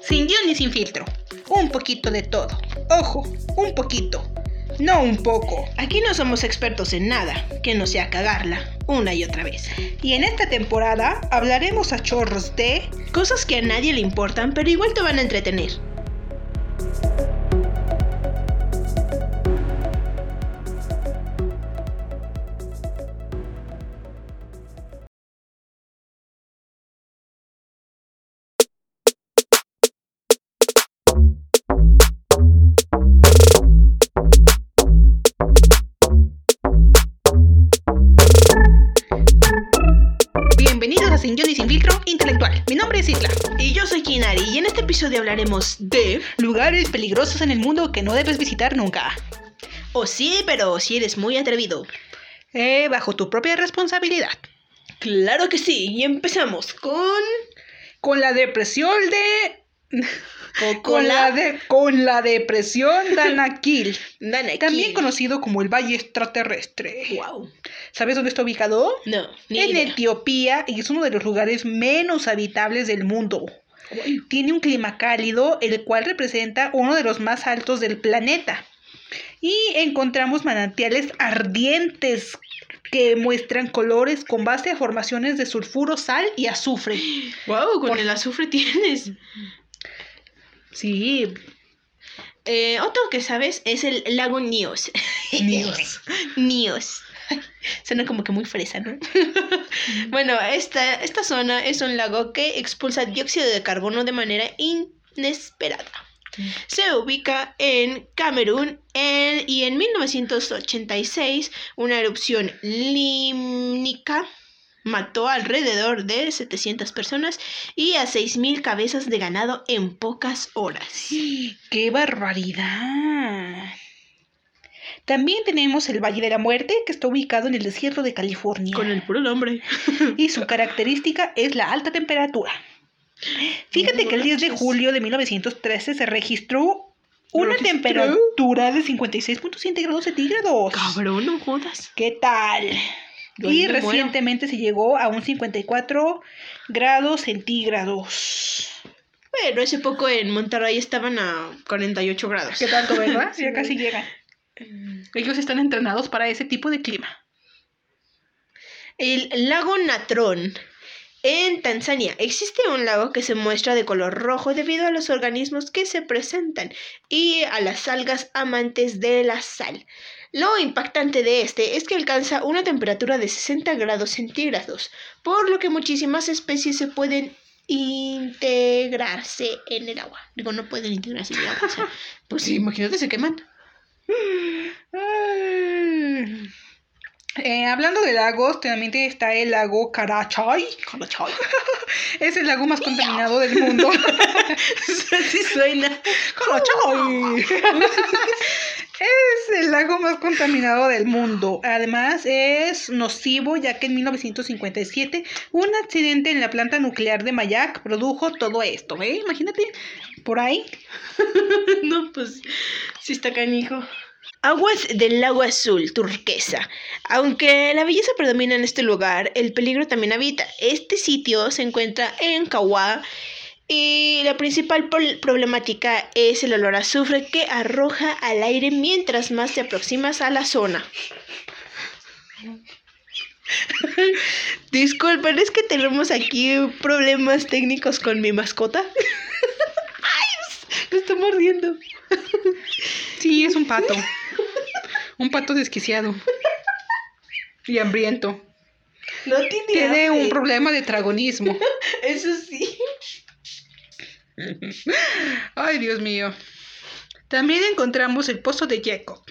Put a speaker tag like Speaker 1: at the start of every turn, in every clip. Speaker 1: Sin guión ni sin filtro. Un poquito de todo. Ojo, un poquito. No un poco. Aquí no somos expertos en nada que no sea cagarla una y otra vez. Y en esta temporada hablaremos a chorros de cosas que a nadie le importan, pero igual te van a entretener. Bienvenidos a Sin Guión y Sin Filtro Intelectual. Mi nombre es Isla. Y yo soy Kinari. Y en este episodio hablaremos de lugares peligrosos en el mundo que no debes visitar nunca. O sí, pero si eres muy atrevido. Eh, bajo tu propia responsabilidad. Claro que sí. Y empezamos con. Con la depresión de. Con la, de, con la depresión Danakil,
Speaker 2: Dana
Speaker 1: también conocido como el Valle Extraterrestre.
Speaker 2: Wow.
Speaker 1: ¿Sabes dónde está ubicado?
Speaker 2: No, ni
Speaker 1: en
Speaker 2: idea.
Speaker 1: Etiopía y es uno de los lugares menos habitables del mundo.
Speaker 2: Guay.
Speaker 1: Tiene un clima cálido, el cual representa uno de los más altos del planeta. Y encontramos manantiales ardientes que muestran colores con base a formaciones de sulfuro, sal y azufre.
Speaker 2: Wow, con
Speaker 1: Por-
Speaker 2: el azufre tienes.
Speaker 1: Sí,
Speaker 2: Eh, otro que sabes es el lago Nios.
Speaker 1: niños.
Speaker 2: Nios. Suena como que muy fresa, ¿no? bueno, esta, esta zona es un lago que expulsa dióxido de carbono de manera inesperada. Se ubica en Camerún en- y en 1986 una erupción límnica mató alrededor de 700 personas y a 6.000 cabezas de ganado en pocas horas.
Speaker 1: ¡Qué barbaridad! También tenemos el Valle de la Muerte, que está ubicado en el desierto de California.
Speaker 2: Con el puro nombre.
Speaker 1: y su característica es la alta temperatura. Fíjate que el 10 de
Speaker 2: Manches.
Speaker 1: julio de 1913 se registró una
Speaker 2: ¿Registró?
Speaker 1: temperatura de 56.7 grados centígrados.
Speaker 2: Cabrón, no jodas.
Speaker 1: ¿Qué tal?
Speaker 2: Yo
Speaker 1: y
Speaker 2: ahí me muero.
Speaker 1: recientemente se llegó a un 54 grados centígrados.
Speaker 2: Bueno, hace poco en Monterrey estaban a 48 grados. Mm.
Speaker 1: ¿Qué tanto, verdad?
Speaker 2: Sí.
Speaker 1: Ya casi llegan. Ellos están entrenados para ese tipo de clima.
Speaker 2: El lago Natrón. En Tanzania existe un lago que se muestra de color rojo debido a los organismos que se presentan y a las algas amantes de la sal. Lo impactante de este es que alcanza una temperatura de 60 grados centígrados, por lo que muchísimas especies se pueden integrarse en el agua. Digo, no pueden integrarse en el agua. o sea, pues imagínate, se queman.
Speaker 1: Ay. Eh, hablando de lagos, también te- está el lago Karachay. Karachay. es el lago más contaminado del mundo.
Speaker 2: Así suena.
Speaker 1: Karachay. es el lago más contaminado del mundo. Además, es nocivo ya que en 1957 un accidente en la planta nuclear de Mayak produjo todo esto. ¿Ve? Imagínate, por ahí.
Speaker 2: No, pues sí está canijo. Aguas del lago azul, turquesa. Aunque la belleza predomina en este lugar, el peligro también habita. Este sitio se encuentra en Kawa y la principal pol- problemática es el olor a azufre que arroja al aire mientras más te aproximas a la zona. Disculpen, es que tenemos aquí problemas técnicos con mi mascota. Ay, me está mordiendo.
Speaker 1: Sí, es un pato. un pato desquiciado. Y hambriento.
Speaker 2: No tiene,
Speaker 1: Tiene
Speaker 2: hambre.
Speaker 1: un problema de tragonismo.
Speaker 2: Eso sí.
Speaker 1: Ay, Dios mío. También encontramos el pozo de Jacob.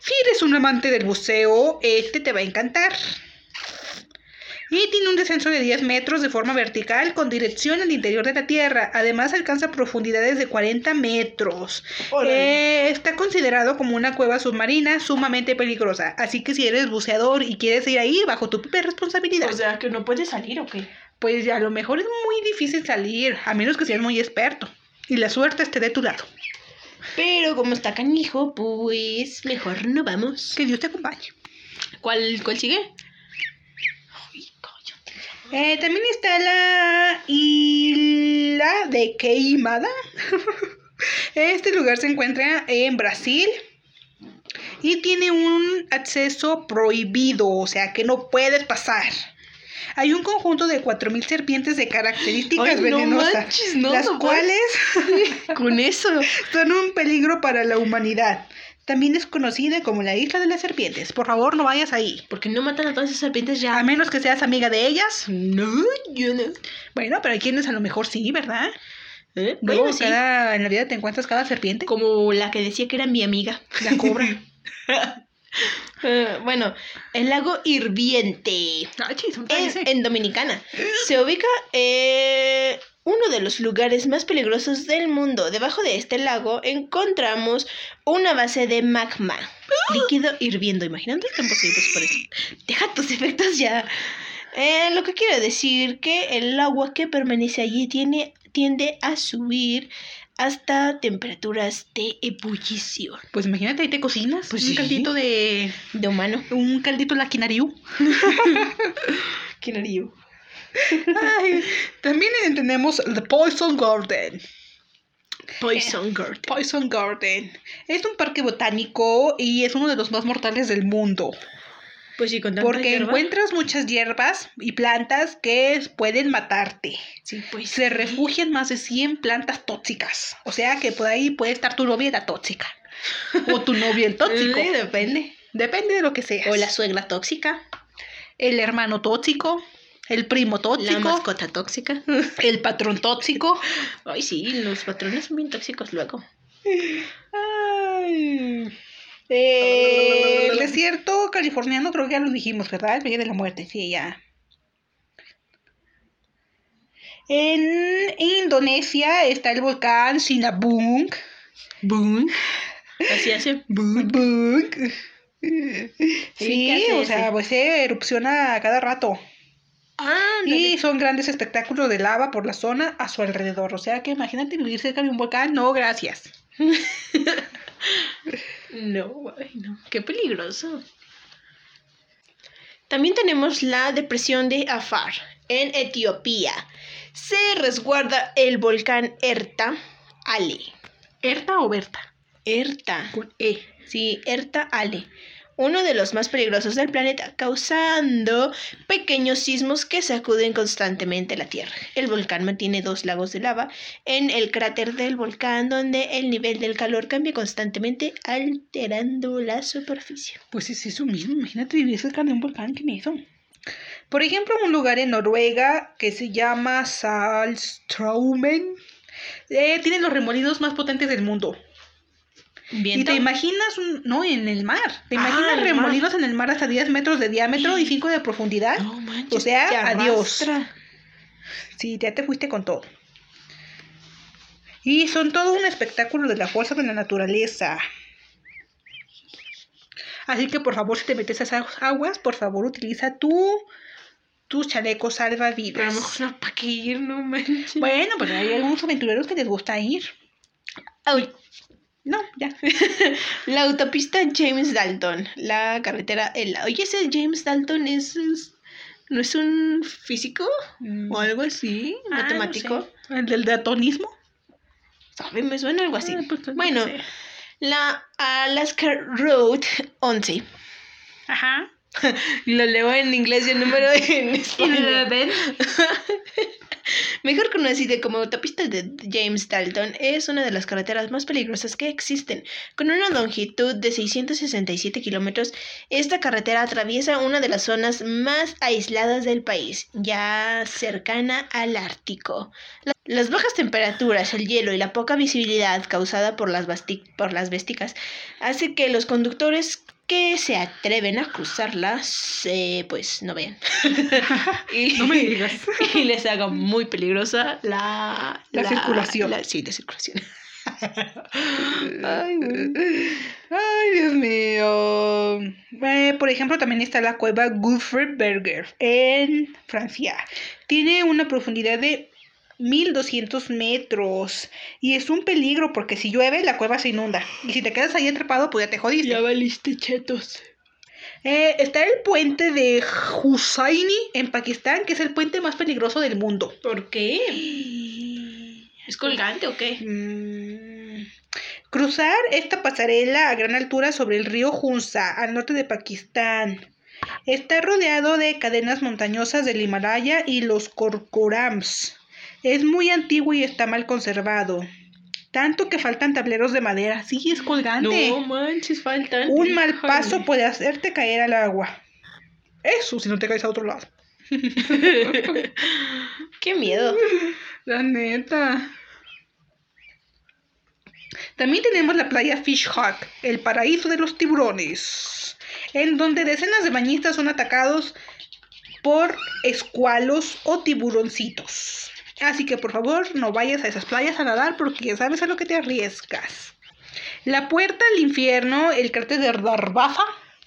Speaker 1: Si eres un amante del buceo, este te va a encantar. Y tiene un descenso de 10 metros de forma vertical con dirección al interior de la tierra. Además alcanza profundidades de 40 metros. Eh, está considerado como una cueva submarina sumamente peligrosa. Así que si eres buceador y quieres ir ahí bajo tu propia responsabilidad.
Speaker 2: sea, que no puede salir o qué.
Speaker 1: Pues a lo mejor es muy difícil salir, a menos que seas muy experto. Y la suerte esté de tu lado.
Speaker 2: Pero como está canijo, pues mejor no vamos.
Speaker 1: Que Dios te acompañe.
Speaker 2: ¿Cuál, cuál sigue?
Speaker 1: Eh, también está la isla de Queimada. Este lugar se encuentra en Brasil y tiene un acceso prohibido, o sea que no puedes pasar. Hay un conjunto de 4.000 serpientes de características
Speaker 2: Ay, no
Speaker 1: venenosas,
Speaker 2: manches, no,
Speaker 1: las
Speaker 2: no puedes.
Speaker 1: cuales
Speaker 2: Con eso.
Speaker 1: son un peligro para la humanidad. También es conocida como la isla de las serpientes. Por favor, no vayas ahí.
Speaker 2: Porque no matan a todas esas serpientes
Speaker 1: A
Speaker 2: ya.
Speaker 1: menos que seas amiga de ellas.
Speaker 2: No, yo no.
Speaker 1: Bueno, pero hay quienes a lo mejor sí, ¿verdad?
Speaker 2: ¿Eh?
Speaker 1: Luego
Speaker 2: Bueno, sí.
Speaker 1: cada- en la vida te encuentras cada serpiente.
Speaker 2: Como la que decía que era mi amiga.
Speaker 1: La cobra.
Speaker 2: Eh, bueno, el lago hirviente.
Speaker 1: Ay, chis, son
Speaker 2: en,
Speaker 1: tres, eh.
Speaker 2: en Dominicana. Se ubica eh, uno de los lugares más peligrosos del mundo. Debajo de este lago encontramos una base de magma, líquido hirviendo. Imagínate tan posibles pues, por eso. Deja tus efectos ya. Eh, lo que quiero decir que el agua que permanece allí tiene, tiende a subir hasta temperaturas de ebullición.
Speaker 1: Pues imagínate, ahí te cocinas.
Speaker 2: Pues
Speaker 1: un
Speaker 2: sí.
Speaker 1: caldito de.
Speaker 2: De humano.
Speaker 1: Un caldito laquinariú.
Speaker 2: ¿Quién era yo?
Speaker 1: Ay, También tenemos The Poison Garden.
Speaker 2: Poison Garden.
Speaker 1: Poison Garden. Es un parque botánico y es uno de los más mortales del mundo.
Speaker 2: Pues sí, con tanta
Speaker 1: Porque
Speaker 2: hierba.
Speaker 1: encuentras muchas hierbas y plantas que pueden matarte.
Speaker 2: Sí, pues
Speaker 1: Se
Speaker 2: sí.
Speaker 1: refugian más de 100 plantas tóxicas. O sea que por ahí puede estar tu novia la tóxica. O tu novio el tóxico.
Speaker 2: Sí, depende.
Speaker 1: Depende de lo que seas.
Speaker 2: O la suegra tóxica,
Speaker 1: El hermano tóxico. El primo
Speaker 2: la
Speaker 1: tóxico.
Speaker 2: mascota tóxica.
Speaker 1: El patrón tóxico.
Speaker 2: Ay, sí, los patrones son bien tóxicos luego.
Speaker 1: Ay. Eh, el desierto californiano, creo que ya lo dijimos, ¿verdad? El Valle de la Muerte, sí, ya. En Indonesia está el volcán Sinabung.
Speaker 2: Boom. Así hace.
Speaker 1: Bung.
Speaker 2: ¿qué
Speaker 1: Sí,
Speaker 2: hace
Speaker 1: o
Speaker 2: ese?
Speaker 1: sea, pues se erupciona a cada rato.
Speaker 2: Ah,
Speaker 1: Y son grandes espectáculos de lava por la zona a su alrededor. O sea que imagínate vivir cerca de un volcán. No, gracias.
Speaker 2: No, ay, no. Qué peligroso. También tenemos la depresión de Afar en Etiopía. Se resguarda el volcán Erta Ale.
Speaker 1: ¿Erta o Berta?
Speaker 2: Erta.
Speaker 1: Con E.
Speaker 2: Sí, Erta Ale, uno de los más peligrosos del planeta, causando pequeños sismos que sacuden constantemente la Tierra. El volcán mantiene dos lagos de lava en el cráter del volcán, donde el nivel del calor cambia constantemente, alterando la superficie.
Speaker 1: Pues es eso mismo, imagínate vivir cerca de un volcán, qué miedo. Por ejemplo, un lugar en Noruega que se llama Salstraumen. eh, tiene los remolinos más potentes del mundo. Y te imaginas un... No, en el mar. ¿Te
Speaker 2: Ah,
Speaker 1: imaginas
Speaker 2: en el mar.
Speaker 1: remolinos en el mar hasta 10 metros de diámetro y 5 de profundidad?
Speaker 2: No manches,
Speaker 1: O sea,
Speaker 2: te
Speaker 1: adiós.
Speaker 2: arrastra.
Speaker 1: Sí, ya te fuiste con todo. Y son todo un espectáculo de la fuerza de la naturaleza. Así que por favor, si te metes a esas aguas, por favor utiliza tu, tu chaleco
Speaker 2: Pero a lo mejor
Speaker 1: salvavidas.
Speaker 2: no para qué ir, no manches.
Speaker 1: Bueno, pues hay algunos aventureros que les gusta ir.
Speaker 2: Ay,
Speaker 1: No, ya.
Speaker 2: La autopista James Dalton, la carretera. El, oye, ese James Dalton es, es- ¿No es un físico? ¿O algo así?
Speaker 1: Mm. Ah, no
Speaker 2: ¿Matemático?
Speaker 1: sé. ¿El del datonismo?
Speaker 2: ¿Sabe? Me suena algo así.
Speaker 1: Ah, pues, no
Speaker 2: bueno,
Speaker 1: sé.
Speaker 2: la Alaska Road 11.
Speaker 1: Ajá.
Speaker 2: Lo leo en inglés y el número en español.
Speaker 1: ven?
Speaker 2: Mejor conocida como autopista de James Dalton, es una de las carreteras más peligrosas que existen. Con una longitud de 667 kilómetros, esta carretera atraviesa una de las zonas más aisladas del país, ya cercana al Ártico. La- Las bajas temperaturas, el hielo y la poca visibilidad causada por las, basti- por las vesticas hace que los conductores que se atreven a cruzarla, se- pues no vean. Y-
Speaker 1: No me digas.
Speaker 2: y les haga muy peligrosa la,
Speaker 1: La circulación.
Speaker 2: la- sí, la circulación.
Speaker 1: Ay, güey. Ay, Dios mío. Eh, por ejemplo, también está la cueva Guffred Berger en Francia. Tiene una profundidad de 1200 metros y es un peligro porque si llueve la cueva se inunda y si te quedas ahí atrapado pues ya te jodiste.
Speaker 2: valiste chetos.
Speaker 1: Eh, está el puente de Hussaini en Pakistán, que es el puente más peligroso del mundo.
Speaker 2: ¿Por qué? ¿Es colgante o qué?
Speaker 1: Mm. Cruzar esta pasarela a gran altura sobre el río Hunza, al norte de Pakistán. Está rodeado de cadenas montañosas del Himalaya y los Korkorams. Es muy antiguo y está mal conservado. Tanto que faltan tableros de madera. Sí, es colgante.
Speaker 2: No manches, faltan.
Speaker 1: Un mal
Speaker 2: Híjole.
Speaker 1: paso puede hacerte caer al agua. Eso, si no te caes a otro lado.
Speaker 2: Qué miedo.
Speaker 1: La neta. También tenemos la playa Fish Hawk, el paraíso de los tiburones, en donde decenas de bañistas son atacados por escualos o tiburoncitos. Así que por favor no vayas a esas playas a nadar porque ya sabes a lo que te arriesgas. La puerta al infierno, el cráter de Darbafa,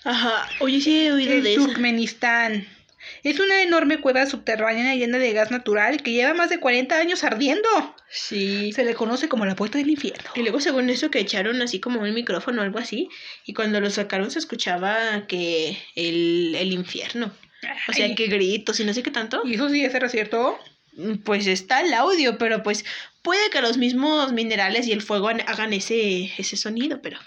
Speaker 2: Ajá. Oye, sí he oído de
Speaker 1: en
Speaker 2: eso.
Speaker 1: Turkmenistán. Es una enorme cueva subterránea llena de gas natural que lleva más de 40 años ardiendo.
Speaker 2: Sí.
Speaker 1: Se le conoce como la puerta del infierno.
Speaker 2: Y luego, según eso, que echaron así como un micrófono o algo así. Y cuando lo sacaron, se escuchaba que el, el infierno. O sea,
Speaker 1: Ay,
Speaker 2: que gritos y no sé qué tanto.
Speaker 1: ¿Y eso sí es cierto?
Speaker 2: Pues está el audio, pero pues puede que los mismos minerales y el fuego han- hagan ese, ese sonido, pero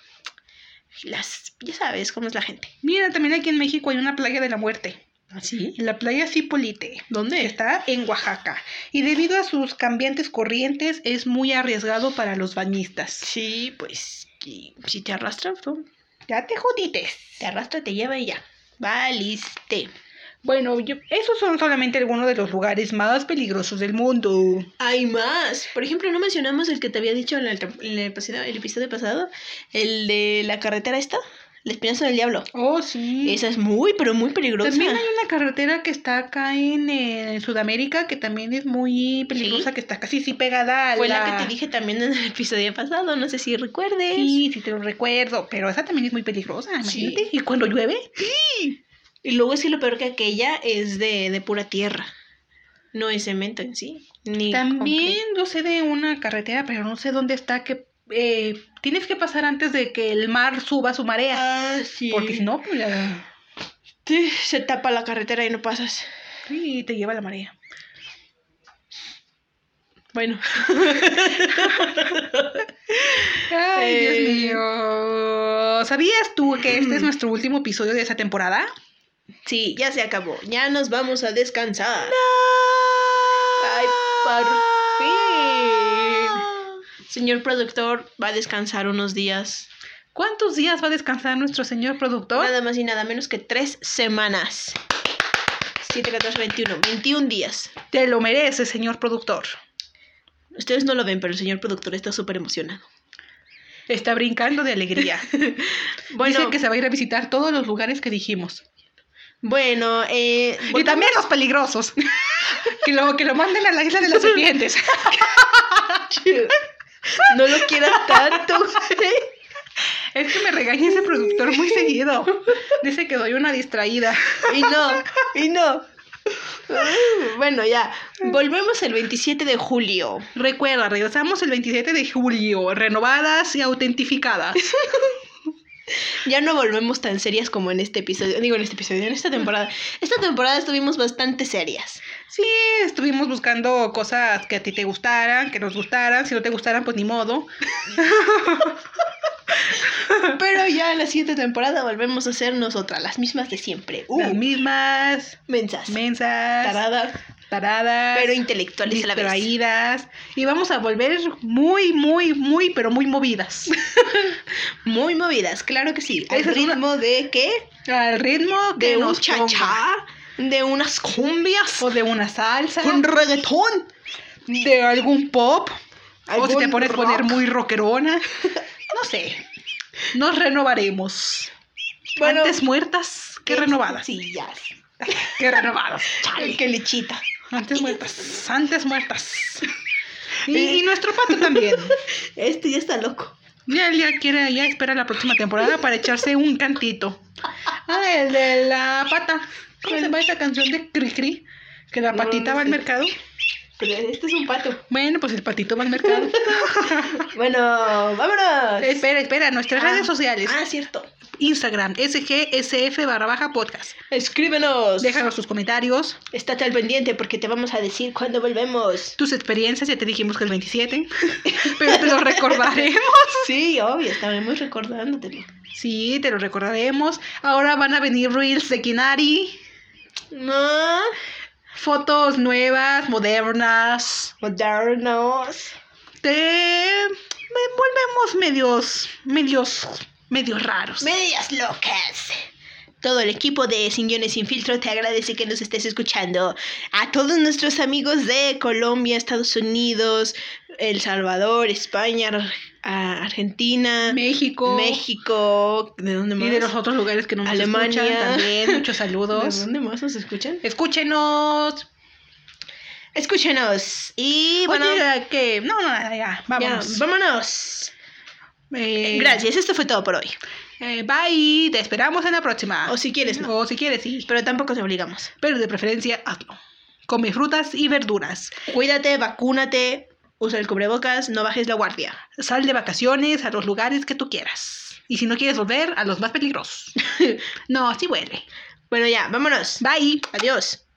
Speaker 2: las ya sabes cómo es la gente.
Speaker 1: Mira, también aquí en México hay una playa de la muerte.
Speaker 2: ¿Así?
Speaker 1: La playa Cipolite.
Speaker 2: ¿Dónde?
Speaker 1: Está en Oaxaca. Y debido a sus cambiantes corrientes es muy arriesgado para los bañistas.
Speaker 2: Sí, pues que si te arrastra, tú,
Speaker 1: Ya te jodites.
Speaker 2: te arrastra, te lleva y ya. Valiste.
Speaker 1: Bueno, yo- esos son solamente algunos de los lugares más peligrosos del mundo.
Speaker 2: Hay más. Por ejemplo, no mencionamos el que te había dicho en el, en el pasado- el episodio pasado, el de la carretera esta, la espinazo del diablo.
Speaker 1: Oh, sí.
Speaker 2: Esa es muy, pero muy peligrosa.
Speaker 1: También hay una carretera que está acá en, eh, en Sudamérica que también es muy peligrosa,
Speaker 2: Sí.
Speaker 1: que está casi sí pegada a
Speaker 2: Fue la que te dije también en el episodio pasado, no sé si recuerdes.
Speaker 1: Sí, sí te lo recuerdo, pero esa también es muy peligrosa,
Speaker 2: Sí.
Speaker 1: imagínate. Y cuando llueve,
Speaker 2: Y luego es que lo peor que aquella es de, de pura tierra. No es cemento en sí. Ni
Speaker 1: también yo sé de una carretera, pero no sé dónde está, que eh, tienes que pasar antes de que el mar suba su
Speaker 2: concreto.
Speaker 1: marea,
Speaker 2: Ah, sí.
Speaker 1: porque si no, pues, la-
Speaker 2: Sí, se tapa la carretera y no pasas.
Speaker 1: sí, te lleva la marea.
Speaker 2: Bueno.
Speaker 1: Ay,
Speaker 2: Eh.
Speaker 1: Dios mío. ¿Sabías tú que este es nuestro último episodio de esta temporada?
Speaker 2: Sí, ya se acabó. Ya nos vamos a descansar. Ay, por fin. Señor productor, va a descansar unos días.
Speaker 1: ¿Cuántos días va a descansar nuestro señor productor?
Speaker 2: Nada más y nada menos que tres semanas. 7, 14, 21. 21 días.
Speaker 1: Te lo mereces, señor productor.
Speaker 2: Ustedes no lo ven, pero el señor productor está súper emocionado.
Speaker 1: Está brincando de alegría. Dice
Speaker 2: Bueno,
Speaker 1: que se va a ir a visitar todos los lugares que dijimos.
Speaker 2: bueno eh,
Speaker 1: Y
Speaker 2: volvamos-
Speaker 1: también los peligrosos. que, lo, que lo manden a la isla de las serpientes.
Speaker 2: no lo quieras tanto. güey.
Speaker 1: es que me regaña ese productor muy seguido. Dice que doy una distraída.
Speaker 2: y no, y no. Bueno, ya. Volvemos el 27 de julio.
Speaker 1: Recuerda, regresamos el 27 de julio, renovadas y autentificadas.
Speaker 2: Ya no volvemos tan serias como en este episodio. Digo, en este episodio, en esta temporada. Esta temporada estuvimos bastante serias.
Speaker 1: Sí, estuvimos buscando cosas que a ti te gustaran, que nos gustaran. Si no te gustaran, pues ni modo.
Speaker 2: Pero ya en la siguiente temporada volvemos a ser nosotras, las mismas de siempre. Uh,
Speaker 1: Las mismas,
Speaker 2: mensas.
Speaker 1: mensas,
Speaker 2: Taradas.
Speaker 1: taradas.
Speaker 2: Pero intelectuales a la vez.
Speaker 1: distraídas y vamos a volver muy, muy, muy, pero muy movidas.
Speaker 2: Muy movidas, claro que sí. Al
Speaker 1: Esa es una-
Speaker 2: ritmo de qué?
Speaker 1: Al ritmo que
Speaker 2: De un
Speaker 1: nos ponga.
Speaker 2: cha-cha, de unas cumbias,
Speaker 1: o de una salsa,
Speaker 2: un reggaetón.
Speaker 1: de algún pop, o si te
Speaker 2: algún
Speaker 1: pones
Speaker 2: rock.
Speaker 1: poner muy rockerona, no sé. Nos renovaremos.
Speaker 2: Bueno,
Speaker 1: Antes muertas que
Speaker 2: eh,
Speaker 1: renovadas.
Speaker 2: Sí, ya.
Speaker 1: Que renovadas.
Speaker 2: Chale, qué lechita.
Speaker 1: Antes muertas. Antes muertas. Y,
Speaker 2: Eh.
Speaker 1: y nuestro pato también.
Speaker 2: Este ya está loco.
Speaker 1: Ya, ya quiere, ya espera la próxima temporada para echarse un cantito. Ah, el de la pata. ¿Cómo se llama esa canción de Cricri? Que la
Speaker 2: No,
Speaker 1: patita
Speaker 2: no
Speaker 1: va al
Speaker 2: sé.
Speaker 1: mercado.
Speaker 2: Pero este es un pato.
Speaker 1: Bueno, pues el patito va al mercado.
Speaker 2: Bueno, vámonos.
Speaker 1: espera, espera, nuestras
Speaker 2: Ah,
Speaker 1: redes sociales.
Speaker 2: Ah, cierto.
Speaker 1: Instagram, sgsf barra baja podcast.
Speaker 2: Escríbenos.
Speaker 1: Déjanos tus comentarios,
Speaker 2: Estate al pendiente porque te vamos a decir cuándo volvemos.
Speaker 1: tus experiencias, ya te dijimos que el 27, pero te lo recordaremos.
Speaker 2: Sí, obvio, estaremos recordándotelo.
Speaker 1: Sí, te lo recordaremos. Ahora van a venir reels de Kinari,
Speaker 2: No,
Speaker 1: fotos nuevas, modernas.
Speaker 2: modernos.
Speaker 1: Te me- volvemos medios, medios, medios raros.
Speaker 2: Medias locas. Todo el equipo de Sin Guiones Sin Filtro te agradece que nos estés escuchando. A todos nuestros amigos de Colombia, Estados Unidos, El Salvador, España, Ar- a- Argentina,
Speaker 1: México,
Speaker 2: México, ¿de dónde más?
Speaker 1: y de los otros lugares que no nos
Speaker 2: Alemania.
Speaker 1: escuchan también. Muchos
Speaker 2: ¿De
Speaker 1: saludos.
Speaker 2: dónde más nos escuchan?
Speaker 1: Escúchenos.
Speaker 2: Escúchenos. Y bueno,
Speaker 1: Oye, que no, no, ya, ya, vámonos.
Speaker 2: ya, vámonos.
Speaker 1: Eh,
Speaker 2: Gracias, esto fue todo por hoy.
Speaker 1: eh, bye, te esperamos en la próxima.
Speaker 2: O si quieres, no.
Speaker 1: O si quieres, sí.
Speaker 2: Pero tampoco te obligamos.
Speaker 1: Pero de preferencia, hazlo. Come frutas y verduras.
Speaker 2: Cuídate, vacúnate, usa el cubrebocas, no bajes la guardia.
Speaker 1: Sal de vacaciones a los lugares que tú quieras. Y si no quieres volver, a los más peligrosos. no, así huele.
Speaker 2: Bueno, ya, vámonos.
Speaker 1: Bye.
Speaker 2: Adiós.